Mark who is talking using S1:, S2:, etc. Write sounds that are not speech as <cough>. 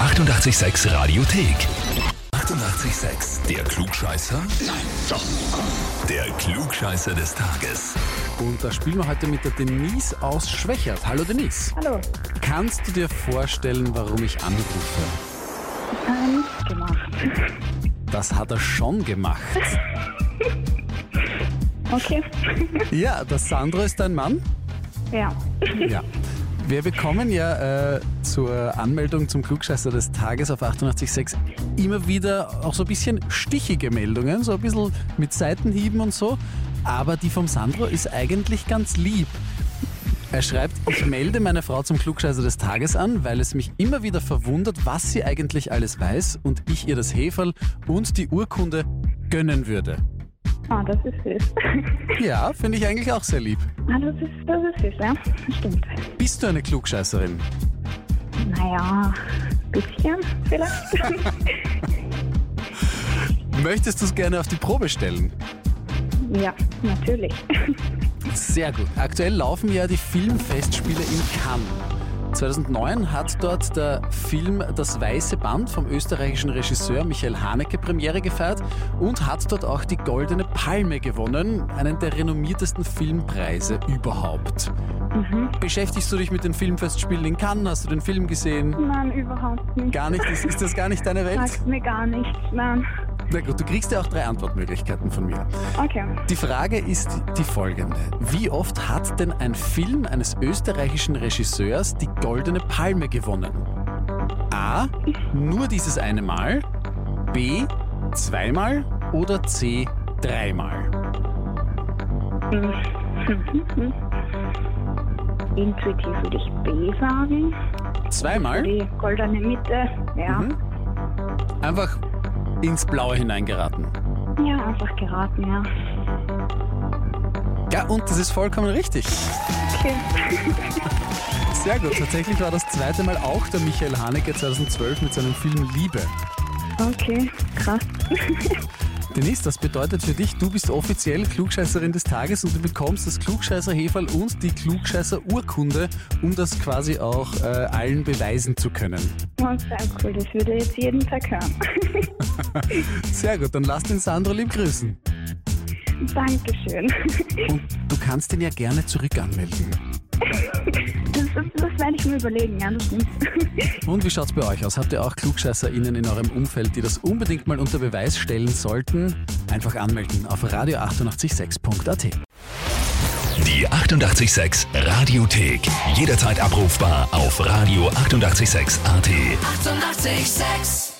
S1: 886 Radiothek. 88,6. Der Klugscheißer? Nein, doch. Der Klugscheißer des Tages.
S2: Und da spielen wir heute mit der Denise aus Schwächert. Hallo Denise.
S3: Hallo.
S2: Kannst du dir vorstellen, warum ich anrufe?
S3: Ich habe nichts gemacht.
S2: Das hat er schon gemacht.
S3: Okay.
S2: Ja, der Sandro ist dein Mann?
S3: Ja.
S2: Ja. Wir bekommen ja äh, zur Anmeldung zum Klugscheißer des Tages auf 886 immer wieder auch so ein bisschen stichige Meldungen, so ein bisschen mit Seitenhieben und so. Aber die vom Sandro ist eigentlich ganz lieb. Er schreibt, ich melde meine Frau zum Klugscheißer des Tages an, weil es mich immer wieder verwundert, was sie eigentlich alles weiß und ich ihr das Heferl und die Urkunde gönnen würde.
S3: Ah, das ist süß. <laughs>
S2: Ja, finde ich eigentlich auch sehr lieb.
S3: Ah, das ist, das ist süß, ja. Stimmt.
S2: Bist du eine Klugscheißerin?
S3: Naja, ein bisschen <laughs> vielleicht.
S2: Möchtest du es gerne auf die Probe stellen?
S3: ja, natürlich.
S2: Sehr gut. Aktuell laufen ja die Filmfestspiele in Cannes. 2009 hat dort der Film Das Weiße Band vom österreichischen Regisseur Michael Haneke Premiere gefeiert und hat dort auch die Goldene Palme gewonnen, einen der renommiertesten Filmpreise überhaupt. Beschäftigst du dich mit den Filmfestspielen in Cannes? Hast du den Film gesehen?
S3: Nein, überhaupt nicht.
S2: Gar nicht? Ist, ist das gar nicht deine Welt?
S3: Sagt mir gar nichts, nein.
S2: Na gut, du kriegst ja auch drei Antwortmöglichkeiten von mir.
S3: Okay.
S2: Die Frage ist die folgende. Wie oft hat denn ein Film eines österreichischen Regisseurs die Goldene Palme gewonnen? A. Nur dieses eine Mal. B. Zweimal. Oder C. Dreimal.
S3: Hm, Intuitiv würde ich B sagen.
S2: Zweimal?
S3: Die goldene Mitte, ja.
S2: Mhm. Einfach ins Blaue hineingeraten.
S3: Ja, einfach geraten, ja.
S2: Ja, und das ist vollkommen richtig.
S3: Okay.
S2: Sehr gut. Tatsächlich war das zweite Mal auch der Michael Haneke 2012 mit seinem Film Liebe.
S3: Okay, krass.
S2: Denise, das bedeutet für dich, du bist offiziell Klugscheißerin des Tages und du bekommst das Klugscheißer-Heferl und die Klugscheißer-Urkunde, um das quasi auch äh, allen beweisen zu können.
S3: Und sehr cool, das würde ich jetzt jeden Tag hören.
S2: Sehr gut, dann lass den Sandro lieb grüßen.
S3: Dankeschön. <laughs>
S2: Und du kannst ihn ja gerne zurück anmelden.
S3: Das, das werde ich mir überlegen, ja, das stimmt. <laughs>
S2: Und wie schaut's bei euch aus? Habt ihr auch KlugscheißerInnen in eurem Umfeld, die das unbedingt mal unter Beweis stellen sollten? Einfach anmelden auf radio886.at.
S1: Die 88,6 Radiothek. Jederzeit abrufbar auf radio886.at. 88,6.
S4: Eighty-eight, sex.